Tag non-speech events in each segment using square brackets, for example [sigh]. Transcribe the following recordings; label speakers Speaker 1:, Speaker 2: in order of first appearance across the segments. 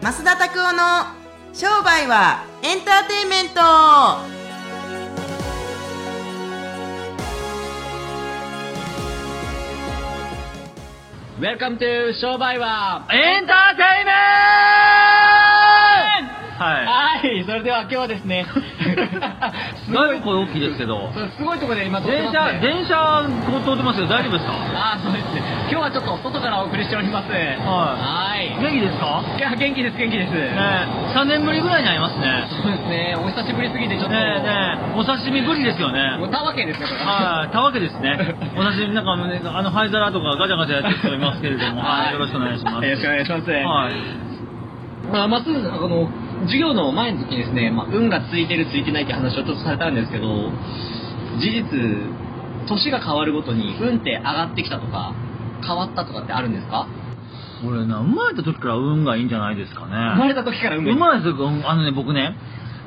Speaker 1: 増田拓夫の商売はエンターテインメント
Speaker 2: ウェルカムトゥ商売はエンターテイメント
Speaker 3: は
Speaker 2: はい、それでは今日はですね、 [laughs]
Speaker 3: い。だいぶ声大きいですけど。
Speaker 2: すごいところで今撮って
Speaker 3: 電
Speaker 2: ます
Speaker 3: 車、
Speaker 2: ね、
Speaker 3: 電車、こう通ってますけど、大丈夫ですか
Speaker 2: あーそうですね。今日はちょっと外からお送りしております。はい。
Speaker 3: 元気ですか
Speaker 2: いや、元気です、元気です。
Speaker 3: ね3年ぶりぐらいに会いますね。
Speaker 2: そうですね、お久しぶりすぎてちょっと、
Speaker 3: ねえねえお刺身ぶりですよ
Speaker 2: も
Speaker 3: ね。
Speaker 2: うたわけですよ、これ。 [laughs]
Speaker 3: はい、たわけですね。お刺身なんか、ね、あの灰皿とかガチャガチャやってる人いますけれども、はい、よろしくお願いします。
Speaker 2: よろしくお願いします。
Speaker 3: はい。
Speaker 2: まあ、まず、あの、授業の前の時にですね、まあ、運がついてるついてないって話をちょっとされたんですけど、事実、年が変わるごとに運って上がってきたとか、変わったとかってあるんですか
Speaker 3: 俺な、生まれた時から運がいいんじゃないですかね。
Speaker 2: 生まれた時から運がい
Speaker 3: 生
Speaker 2: い。
Speaker 3: まれた時うんあのね僕ね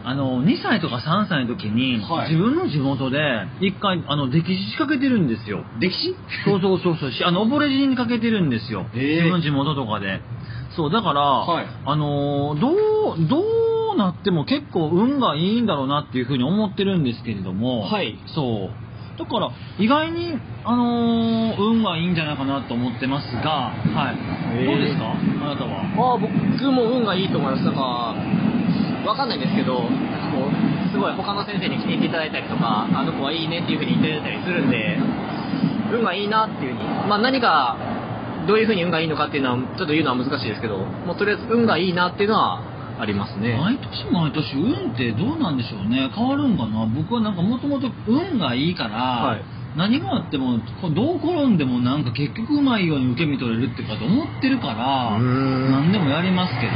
Speaker 3: あの2歳とか3歳の時に、
Speaker 2: はい
Speaker 3: 自分の地元で一回あの溺死しかけてるんですよ
Speaker 2: 歴史
Speaker 3: そうそうそうそうしあの溺れ死にかけてるんですよ、
Speaker 2: へえ
Speaker 3: 自分の地元とかでそうだから、
Speaker 2: はい
Speaker 3: あのーどうどうなっても結構運がいいんだろうなっていうふうに思ってるんですけれども、
Speaker 2: はい
Speaker 3: そうだから意外に、あのー運がいいんじゃないかなと思ってますが、はい
Speaker 2: へえ
Speaker 3: どうですかあなたは
Speaker 2: まあ僕も運がいいと思います。なんか、わかんないんですけど、なんかこうすごい他の先生に気に入っていただいたりとか、あの子はいいねっていうふうに言っていただいたりするんで、運がいいなっていうふうに。まあ何が、どういうふうに運がいいのかっていうのは、ちょっと言うのは難しいですけど、もうとりあえず運がいいなっていうのはありますね。
Speaker 3: 毎年毎年運ってどうなんでしょうね変わるんかな僕はなんかもともと運がいいから、
Speaker 2: はい
Speaker 3: 何があってもこうどう転んでもなんか結局うまいように受け身取れるってかと思ってるから
Speaker 2: うーん
Speaker 3: 何でもやりますけど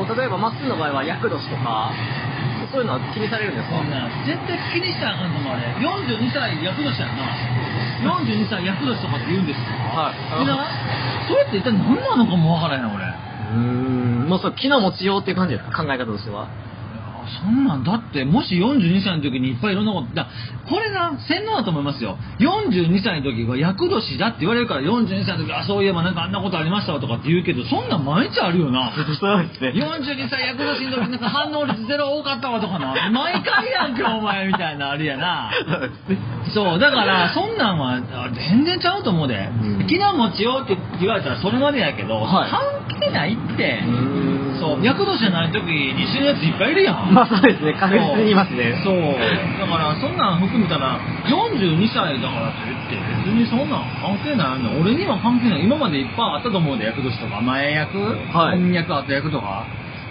Speaker 3: そう
Speaker 2: こう例えばまっすーの場合は厄年とか、そういうのは気にされるんですか
Speaker 3: そんな絶対気にしたらあかんと思うあれ42歳厄年やん
Speaker 2: [laughs]
Speaker 3: な42歳厄年とかって言うんですよで
Speaker 2: は
Speaker 3: なそれって一体何なのかもわからへん俺
Speaker 2: い。うん、もうそう、木の持ちようっていう感じですか、考え方としては。
Speaker 3: そんなんだってもし42歳の時にいっぱいいろんなことだこれな洗脳だと思いますよ42歳の時は厄年だって言われるから42歳の時あそういえばなんかあんなことありましたわとかって言うけどそんなん毎日あるよな
Speaker 2: そうですね
Speaker 3: 42歳厄年の時なんか反応率ゼロ多かったわとかな毎回やんけお前みたいなあれやなそうだからそんなんはあ全然ちゃうと思うで
Speaker 2: ん
Speaker 3: 木の持ちようって言われたらそれまでやけど、
Speaker 2: はい
Speaker 3: 関係ないって
Speaker 2: うん
Speaker 3: そう厄年じゃない時に死ぬやついっぱいいるやん
Speaker 2: まあそうですね、確実にいますね。
Speaker 3: そうだからそんなん含めたら42歳だからといって別にそんなん関係ないの俺には関係ない今までいっぱいあったと思うんで役年とか前役、
Speaker 2: はい
Speaker 3: 本役あった役とか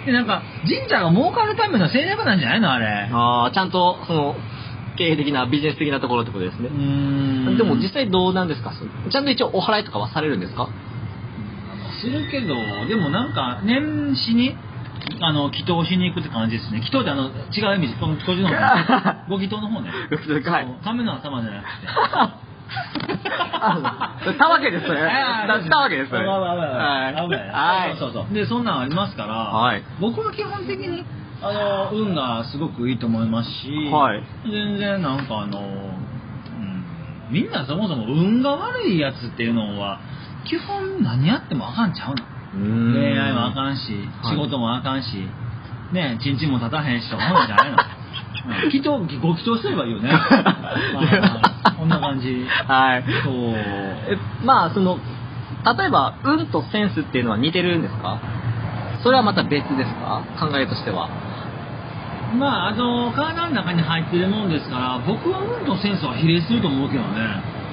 Speaker 3: でなんか神社が儲かるための戦略なんじゃないのあれ
Speaker 2: ああ、ちゃんと、その、経営的な、ビジネス的なところってことです
Speaker 3: う
Speaker 2: ね。
Speaker 3: ーん
Speaker 2: でも実際どうなんですかそちゃんと一応お払いとかはされるんですか
Speaker 3: するけどでもなんか年始にあの祈祷しに行くって感じですね祈祷ってあの違う意味この祈祷
Speaker 2: [laughs]
Speaker 3: の方ねご祈祷の方ね
Speaker 2: はい。
Speaker 3: 亀の頭じゃなくて
Speaker 2: あ [laughs] たわけですね。たたわけですね。
Speaker 3: 危ない危ない危ない
Speaker 2: はい。
Speaker 3: そうそうそうでそんなんありますから、
Speaker 2: はい
Speaker 3: 僕は基本的にあの運がすごくいいと思いますし、
Speaker 2: はい
Speaker 3: 全然なんかあの、うん、みんなそもそも運が悪いやつっていうのは基本何やってもあかんちゃうの
Speaker 2: うーん
Speaker 3: 恋愛もあかんし
Speaker 2: はい
Speaker 3: 仕事もあかんし、ねちんちんも立たへんしとか思うんじ
Speaker 2: [laughs]
Speaker 3: ゃないのうん祈祷ご祈祷すればいいよね、 [laughs] はいこんな感じ
Speaker 2: はい。
Speaker 3: そう
Speaker 2: えまあ、その、例えば、運とセンスっていうのは似てるんですかそれはまた別ですか考えとしては。
Speaker 3: まあ、あの、体の中に入ってるもんですから、僕は運とセンスは比例すると思うけどね。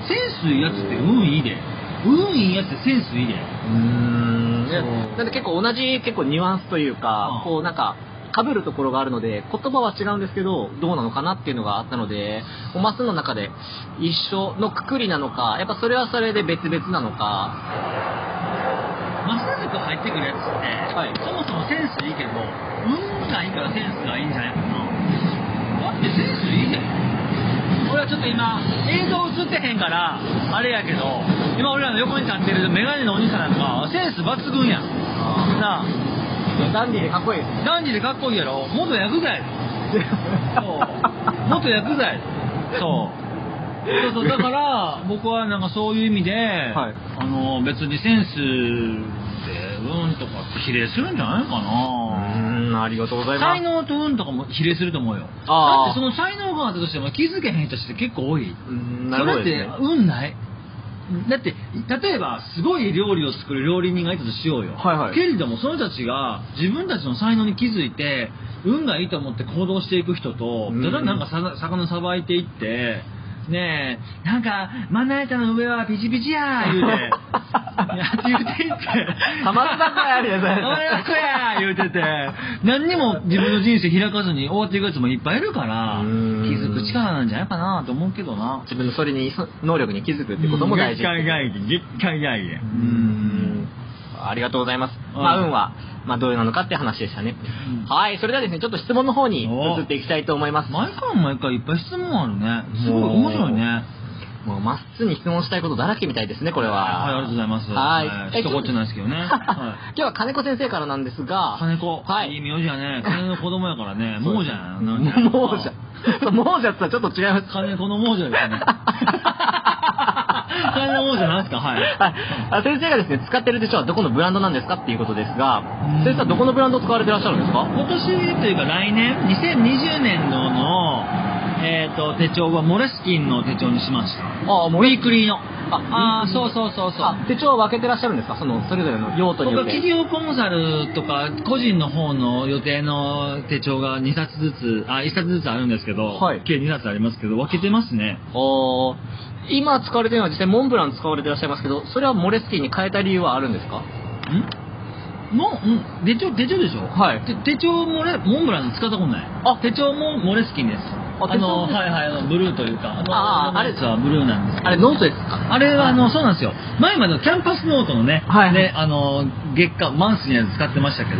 Speaker 3: センスいいやつって運いいで。運いいやつってセンスいいで。
Speaker 2: うーん
Speaker 3: そう
Speaker 2: なんで結構同じ結構ニュアンスというか
Speaker 3: うん、
Speaker 2: こうなんか、被るところがあるので、言葉は違うんですけど、どうなのかなっていうのがあったので、おマスの中で一緒のくくりなのか、やっぱそれはそれで別々なのか、
Speaker 3: まさずく入ってくるやつって、
Speaker 2: はい
Speaker 3: そもそもセンスいいけど、運がいいからセンスがいいんじゃないかな。だってセンスいいで。俺はちょっと今、映像映ってへんから、あれやけど、今俺らの横に立ってるメガネのお兄さんなんか、センス抜群やん。なあ、
Speaker 2: ダンディーでかっこいいですね。
Speaker 3: 男児でかっこいいやろ元ヤクザやろそう。元ヤクザやでそう。そうそうだから僕はなんかそういう意味で、
Speaker 2: はい
Speaker 3: あの別にセンスで運とか比例するんじゃないか
Speaker 2: う
Speaker 3: な
Speaker 2: ーん、ありがとうございま
Speaker 3: 才
Speaker 2: す。
Speaker 3: 能と運とかも比例すると思うよ
Speaker 2: あー
Speaker 3: だってその才能があったとしても気づけへん人って結構多い
Speaker 2: うんなるほどですね
Speaker 3: それだって運ないだって例えばすごい料理を作る料理人がいたとしようよ、
Speaker 2: はいはい
Speaker 3: けれどもその人たちが自分たちの才能に気づいて運がいいと思って行動していく人と
Speaker 2: うん
Speaker 3: ただなんかさ魚さばいていってねえなんかまな板の上はピチピチや言うてい
Speaker 2: [laughs]
Speaker 3: や言うていって
Speaker 2: たまったかいあれ
Speaker 3: たまったかや言うてて何にも自分の人生開かずに終わっていくやつもいっぱいいるから
Speaker 2: う
Speaker 3: 気
Speaker 2: ん
Speaker 3: づく力なんじゃないかなと思うけどな
Speaker 2: [laughs] 自分のそれに、そ能力に気づくってことも大事。
Speaker 3: 月間会議、月間会議。う
Speaker 2: うーん。ありがとうございます。まあ、
Speaker 3: うん
Speaker 2: 運は、まあ、どういうなのかって話でしたね
Speaker 3: うん。
Speaker 2: はい、それではですね、ちょっと質問の方に
Speaker 3: お
Speaker 2: 移っていきたいと思います。
Speaker 3: 毎回毎回いっぱい質問あるね。すごい面白いね。
Speaker 2: もう、まっすーに質問したいことだらけみたいですね、これは。
Speaker 3: はい、ありがとうございます。
Speaker 2: はい
Speaker 3: え一言なんですけどね。は
Speaker 2: [laughs]
Speaker 3: い
Speaker 2: 今日は金子先生からなんですが、
Speaker 3: 金子。
Speaker 2: はい
Speaker 3: い名字やね。金の子供やから
Speaker 2: [laughs]
Speaker 3: ね。
Speaker 2: そう
Speaker 3: 亡
Speaker 2: です
Speaker 3: 者やな。
Speaker 2: もう
Speaker 3: なんか
Speaker 2: じゃ。そうもうじゃとはちょっと違います。
Speaker 3: 金子の亡
Speaker 2: [laughs]
Speaker 3: 者ですね。金の亡者なんですかはい。
Speaker 2: はいあ先生がですね、使ってる手帳はどこのブランドなんですかっていうことですが
Speaker 3: うん、
Speaker 2: 先生はどこのブランドを使われてらっしゃるんですか
Speaker 3: 今年というか来年、2020年度の、えっ、と、手帳はモレスキンの手帳にしました。
Speaker 2: ああ、
Speaker 3: ウィークリーの。
Speaker 2: あ
Speaker 3: あー、そうそうそうそう。
Speaker 2: あ手帳を分けてらっしゃるんですかその、それぞれの用途によ
Speaker 3: 僕
Speaker 2: っ
Speaker 3: は
Speaker 2: て。
Speaker 3: 企業コンサルとか個人の方の予定の手帳が2冊ずつあ1冊ずつあるんですけど、
Speaker 2: はい
Speaker 3: 計2冊ありますけど分けてますね
Speaker 2: おー今使われてるのは実際モンブラン使われてらっしゃいますけど、それはモレスキーに変えた理由はあるんですか
Speaker 3: んもう、うん、手帳手帳でしょ
Speaker 2: はい
Speaker 3: て手帳もレモンブラン使ったことない
Speaker 2: あ
Speaker 3: 手帳もモレスキンですあ
Speaker 2: 手帳
Speaker 3: の
Speaker 2: です
Speaker 3: はいはいあのブルーというかの
Speaker 2: あーあれ
Speaker 3: やつはブルーなんですけど
Speaker 2: あれ、ノートですか
Speaker 3: あれはあのそうなんですよ前までのキャンパスノートのね、
Speaker 2: はい
Speaker 3: ねあの月間マンスには使ってましたけどで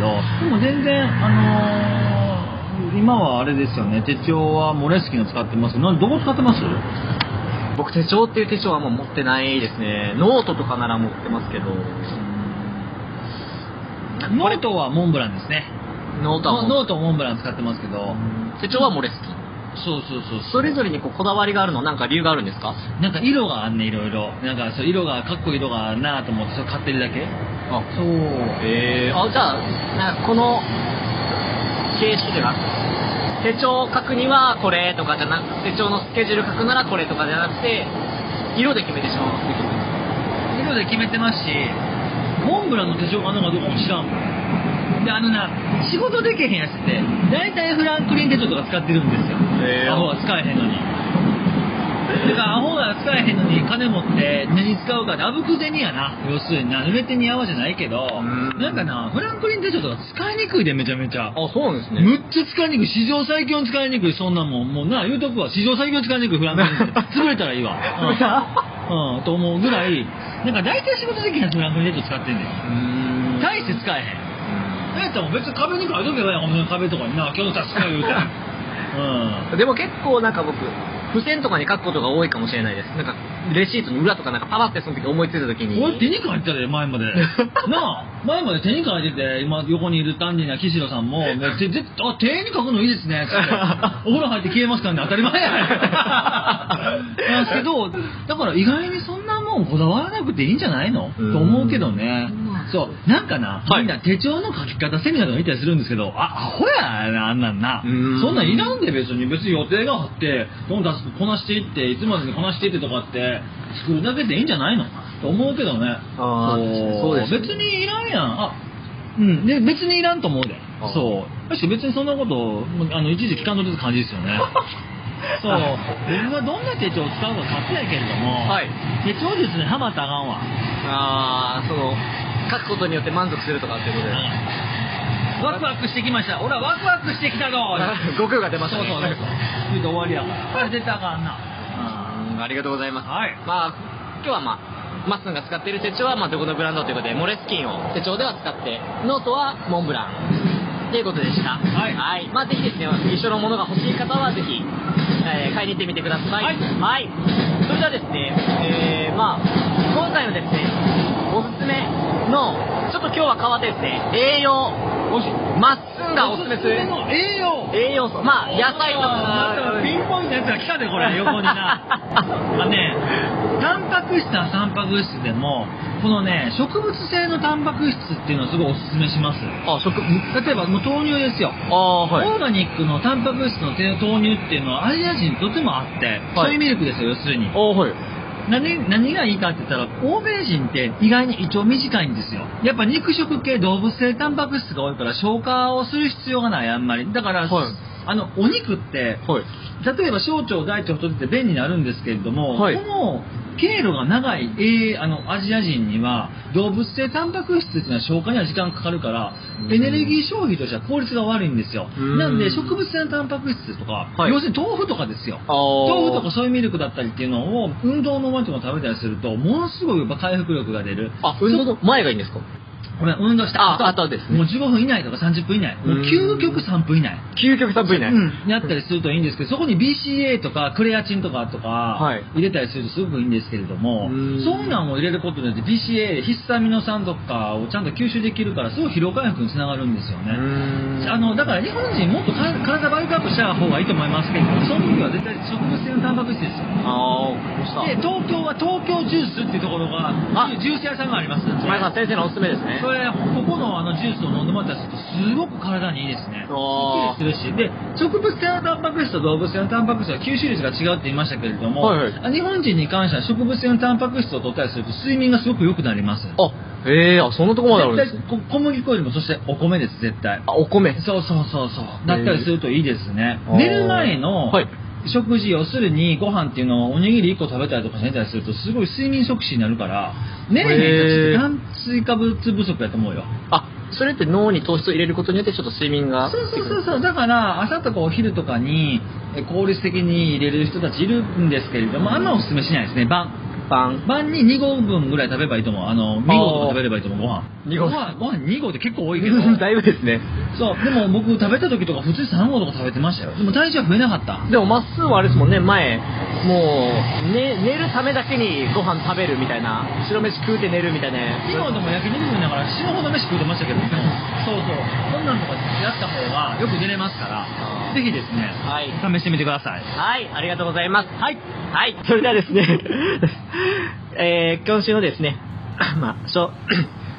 Speaker 3: も全然あのー今はあれですよね手帳はモレスキの使ってますなんどこ使ってます
Speaker 2: 僕手帳っていう手帳はもう持ってないですね。ノートとかなら持ってますけど、
Speaker 3: ノートはモンブランですね
Speaker 2: ノートはもう
Speaker 3: ノートモンブラン使ってますけど
Speaker 2: 手帳はモレスキー。
Speaker 3: そうそうそう
Speaker 2: それぞれにこうこだわりがあるのはなんか理由があるんですか
Speaker 3: なんか色があんねいろいろなんかそう色がかっこいい色があんなと思ってそれ買ってるだけ
Speaker 2: あ
Speaker 3: そう
Speaker 2: えー、あじゃあなんかこの形式では手帳を書くにはこれとかじゃなく手帳のスケジュール書くならこれとかじゃなくて色で決めてしまうってことです
Speaker 3: 色で決めてますしモンブランの手帳があんのかどうかも知らんもんであのな仕事できへんやつって大体フランクリン手帳とか使ってるんですよ、
Speaker 2: へえ
Speaker 3: アホが使えへんのにだからアホが使えへんのに金持って何使うかであぶく銭やな要するにな濡れてに合わじゃないけど
Speaker 2: ん
Speaker 3: なんかなフランクリン手帳とか使いにくいでめちゃめちゃ
Speaker 2: あそうなんです
Speaker 3: むっちゃ使いにくい史上最強に使いにくいそんなもんもうな言うとくわ史上最強に使いにくいフランクリン手帳潰れたらいいわ、うんうん、と思うぐらい、なんか大体仕事できへんフランクリンネット使ってんねん。大して使えへん。なんやったらもう別に壁に書いとけばいいやん、ほんまに壁とかにな、今日さ、使う言うて。うん。
Speaker 2: でも結構なんか僕付箋とかに書くことが多いかもしれないですなんかレシートの裏とかなんかパパってその時思いついた時に
Speaker 3: 俺手に書いてたで、前まで。
Speaker 2: [laughs]
Speaker 3: なあ、前まで手に書いてて、今横にいる丹人や岸野さ
Speaker 2: [laughs]
Speaker 3: んも、めっちゃ絶対、あ、手に書くのいいですね、つって。お風呂入って消えますからね、当たり前や。なんですけど、だから意外にそんなもんこだわらなくていいんじゃないのと
Speaker 2: うん
Speaker 3: 思うけどね
Speaker 2: う。ん
Speaker 3: そう、なんかな、
Speaker 2: はい
Speaker 3: みんな手帳の書き方セミナーとか見たりするんですけど、あ、アホやな、あんなんな。
Speaker 2: うん
Speaker 3: そんなんいらんで別に、別に予定があって、どんどんこなしていって、いつまでにこなしていってとかって、作るだけでいいんじゃないのと思うけどね。
Speaker 2: あーそうですね
Speaker 3: 別にいらんやん。あ、うん、で別にいらんと思うで
Speaker 2: あ。
Speaker 3: そう。確か別にそんなこと、もうあの、一時期間とずつ感じですよ
Speaker 2: [laughs]
Speaker 3: ね。そう。僕がどんな手帳を使うか勝手やけれども、
Speaker 2: はい
Speaker 3: 手帳術にハマったらあかんわ。
Speaker 2: ああその書くことによって満足するとかっていうことで
Speaker 3: ワクワクしてきました。俺はワクワクしてきたぞ。
Speaker 2: 悟空が [laughs] 出ました
Speaker 3: そう
Speaker 2: ね
Speaker 3: そうそうそう。言うと終わり
Speaker 2: [laughs]
Speaker 3: やから。あれ絶対あかんな。
Speaker 2: うんありがとうございます
Speaker 3: はい。
Speaker 2: まあ、今日はまあ、マッスンが使っている手帳は、まあ、どこのブランドということで、モレスキンを手帳では使って、ノートはモンブラン。ということでした。
Speaker 3: はい
Speaker 2: まあ、ぜひですね、一緒のものが欲しい方は、ぜひ、えー買いに行ってみてください。
Speaker 3: はい
Speaker 2: はいそれではですね、えーまあ、今回のですね、おすすめの、ちょっと今日は変わってですね、栄養、マッスン運がおすすめする
Speaker 3: でも栄養
Speaker 2: 栄養素まあ野菜と
Speaker 3: あー
Speaker 2: か
Speaker 3: ピンポイントのやつが来たでこ [laughs] れ横にな
Speaker 2: [laughs]
Speaker 3: あねタンパク質はタンパク質でもこのね植物性のタンパク質っていうのをすごいおすすめします
Speaker 2: あ食
Speaker 3: 例えばもう豆乳ですよ
Speaker 2: ああはい
Speaker 3: オーガニックのタンパク質の豆乳っていうのはアジア人にとってもあって、
Speaker 2: はい
Speaker 3: そういうミルクですよ要するに
Speaker 2: あはい
Speaker 3: 何何がいいかって言ったら欧米人って意外に胃腸短いんですよやっぱ肉食系動物性タンパク質が多いから消化をする必要がないあんまりだから、
Speaker 2: はい
Speaker 3: あのお肉って
Speaker 2: はい
Speaker 3: 例えば小腸大腸太って便になるんですけれども、
Speaker 2: はい
Speaker 3: この経路が長い、えーあのアジア人には動物性タンパク質っていうのは消化には時間かかるから
Speaker 2: うん
Speaker 3: エネルギー消費としては効率が悪いんですよ
Speaker 2: うん
Speaker 3: なんで植物性のタンパク質とか、
Speaker 2: はい
Speaker 3: 要するに豆腐とかですよ
Speaker 2: あー
Speaker 3: 豆腐とかそういうミルクだったりっていうのを運動の前とか食べたりするとものすごいやっぱ回復力が出る
Speaker 2: あ運動の前がいいんですか
Speaker 3: これ運動した
Speaker 2: あ後ですね
Speaker 3: もう15分以内とか30分以内もう究極3分以内
Speaker 2: 究極3分以内
Speaker 3: うん、やったりするといいんですけどそこに BCA とかクレアチンとかとか
Speaker 2: はい
Speaker 3: 入れたりするとすごくいいんですけれども、
Speaker 2: うん
Speaker 3: そういうのを入れることによって BCA 必須アミノ酸とかをちゃんと吸収できるからすごい疲労回復につながるんですよ
Speaker 2: う
Speaker 3: ね、
Speaker 2: ーん
Speaker 3: あのだから日本人もっとか体バイクアップした方がいいと思いますけどその時は絶対植物性のタンパク質ですよ
Speaker 2: あーどうした
Speaker 3: で東京は東京ジュースっていうところが
Speaker 2: あ
Speaker 3: ジュース屋さんがあります
Speaker 2: 前さん先生のおすすめですね
Speaker 3: それここのあのジュースを飲んでもらったりするとすごく体にいいですね
Speaker 2: あー
Speaker 3: すっきりするしで植物性のタンパク質と動物性のタンパク質は吸収率が違うって言いましたけれども、
Speaker 2: はい
Speaker 3: 日本人に関しては植物性のタンパク質を取ったりすると睡眠がすごく良くなります
Speaker 2: あへえあそんなとこまであるんです
Speaker 3: 絶
Speaker 2: ね
Speaker 3: 対こ小麦粉よりもそしてお米です絶対
Speaker 2: あお米
Speaker 3: そうそうそうそうだったりするといいですね
Speaker 2: あー
Speaker 3: 寝る前の、
Speaker 2: はい
Speaker 3: 食事要するにご飯っていうのをおにぎり1個食べたりとかしてたりするとすごい睡眠促進になるから寝れへんと炭水化物不足やと思うよ
Speaker 2: あそれって脳に糖質を入れることによってちょっと睡眠が
Speaker 3: そうそうそうそうだから朝とかお昼とかにえ効率的に入れる人たちいるんですけれどもあんまおすすめしないですね晩
Speaker 2: パ
Speaker 3: [laughs]
Speaker 2: ン
Speaker 3: 晩に2合分ぐらい食べればいいと思うあの2合とか食べればいいと思うご飯
Speaker 2: 二合
Speaker 3: ご飯ご飯2合って結構多
Speaker 2: [laughs]
Speaker 3: いけど
Speaker 2: だいぶですね
Speaker 3: そうでも僕食べた時とか普通に3合とか食べてましたよでも体重は増えなかった
Speaker 2: でもまっすーはあれですもんね前もう、ね、寝るためだけにご飯食べるみたいな白飯食うて寝るみたいな
Speaker 3: 昨日でも焼肉食いながら死ぬほど飯食うてましたけどもそうそうこんなんとかやった方がよく寝れますから
Speaker 2: あー
Speaker 3: ぜひですね、
Speaker 2: はい
Speaker 3: 試してみてください
Speaker 2: はいありがとうございますはい、はい、それではですね [laughs] えー今週のですね [laughs] まあしょ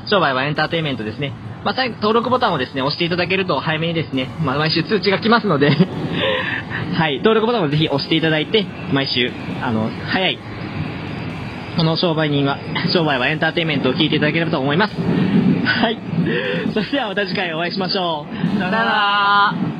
Speaker 2: 商 [clears throat] 売はエンターテインメントですねまあ、最後登録ボタンをですね、押していただけると早めにですね、まあ、毎週通知が来ますので、 [laughs] はい、登録ボタンをぜひ押していただいて、毎週、あの、早いこの商売人は、 [laughs] 商売はエンターテインメントを聞いていただければと思います。はい。それではまた次回お会いしましょう。さよなら。